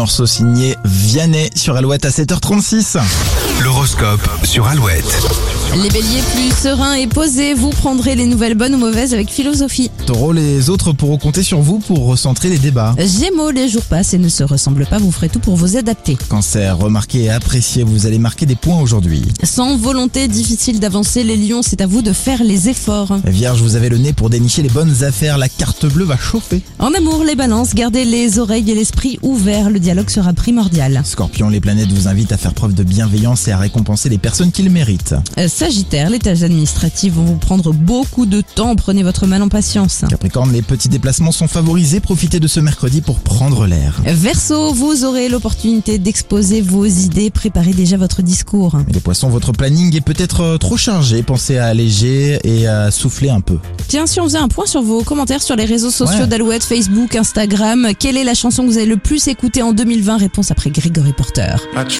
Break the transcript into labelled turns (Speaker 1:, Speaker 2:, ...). Speaker 1: morceau signé Vianney sur Alouette à 7h36.
Speaker 2: L'horoscope sur Alouette.
Speaker 3: Les béliers plus sereins et posés, vous prendrez les nouvelles bonnes ou mauvaises avec philosophie.
Speaker 1: Taureau, les autres pourront compter sur vous pour recentrer les débats.
Speaker 3: Gémeaux, les jours passent et ne se ressemblent pas, vous ferez tout pour vous adapter.
Speaker 1: Cancer, remarquez et appréciez, vous allez marquer des points aujourd'hui.
Speaker 3: Sans volonté, difficile d'avancer, les lions, c'est à vous de faire les efforts.
Speaker 1: Vierge, vous avez le nez pour dénicher les bonnes affaires, la carte bleue va chauffer.
Speaker 3: En amour, les balances, gardez les oreilles et l'esprit ouverts, le dialogue sera primordial.
Speaker 1: Scorpion, les planètes vous invitent à faire preuve de bienveillance et à récompenser les personnes qui le méritent.
Speaker 3: Euh, Sagittaire, les tâches administratives vont vous prendre beaucoup de temps, prenez votre mal en patience.
Speaker 1: Capricorne, les petits déplacements sont favorisés, profitez de ce mercredi pour prendre l'air.
Speaker 3: Verseau, vous aurez l'opportunité d'exposer vos idées, préparez déjà votre discours.
Speaker 1: Mais les poissons, votre planning est peut-être euh, trop chargé, pensez à alléger et à souffler un peu.
Speaker 3: Tiens, si on faisait un point sur vos commentaires sur les réseaux sociaux
Speaker 1: Ouais.
Speaker 3: d'Alouette, Facebook, Instagram, quelle est la chanson que vous avez le plus écoutée en 2020 Réponse après Grégory Porter.